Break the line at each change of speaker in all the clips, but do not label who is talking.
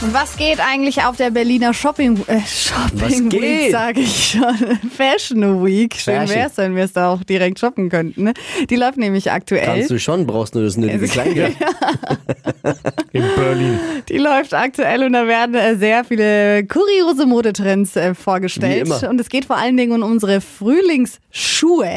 Und was geht eigentlich auf der Berliner Shopping, äh, Shopping
Was
Week,
geht?
sage ich schon. Fashion Week. Schön
Fashion.
wäre es, wenn wir es da auch direkt shoppen könnten. Ne? Die läuft nämlich aktuell.
Kannst du schon, brauchst nur das
Also
nötige Kleingeld.
In Berlin.
Die läuft aktuell und da werden äh, sehr viele kuriose Modetrends äh, vorgestellt.
Wie immer.
Und es geht vor allen Dingen um unsere Frühlingsschuhe.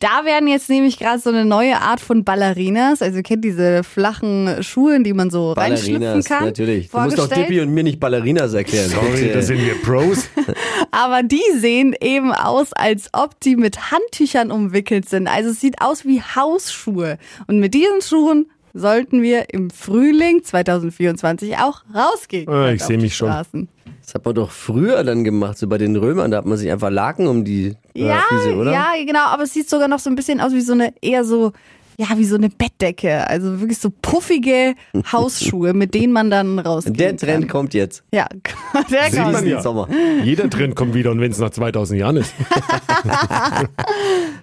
Da werden jetzt nämlich gerade so eine neue Art von Ballerinas, also ihr kennt diese flachen Schuhe, in die man so reinschlüpfen
Ballerinas,
kann.
natürlich. Du musst doch
vorgestellt.
Dippi und mir nicht Ballerinas erklären.
Sorry,
Bitte.
da sind wir Pros.
Aber die sehen eben aus, als ob die mit Handtüchern umwickelt sind. Also es sieht aus wie Hausschuhe. Und mit diesen Schuhen sollten wir im Frühling 2024 auch rausgehen.
Ah, ich
auf
seh
die
mich schon.
Straßen.
das hat man doch früher dann gemacht, so bei den Römern. Da hat man sich einfach Laken um die äh,
Ja,
Füße, oder?
ja, genau. Aber es sieht sogar noch so ein bisschen aus wie so eine, eher so, ja, wie so eine Bettdecke. Also wirklich so puffige Hausschuhe, mit denen man dann rausgeht.
Der Trend kommt jetzt.
Ja, der
Sieht
kommt.
man ja.
Sommer.
Jeder Trend kommt wieder und wenn es nach 2000 Jahren ist.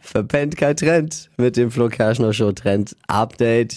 Verpennt kein Trend mit dem Flo Kerschner Show Trend Update.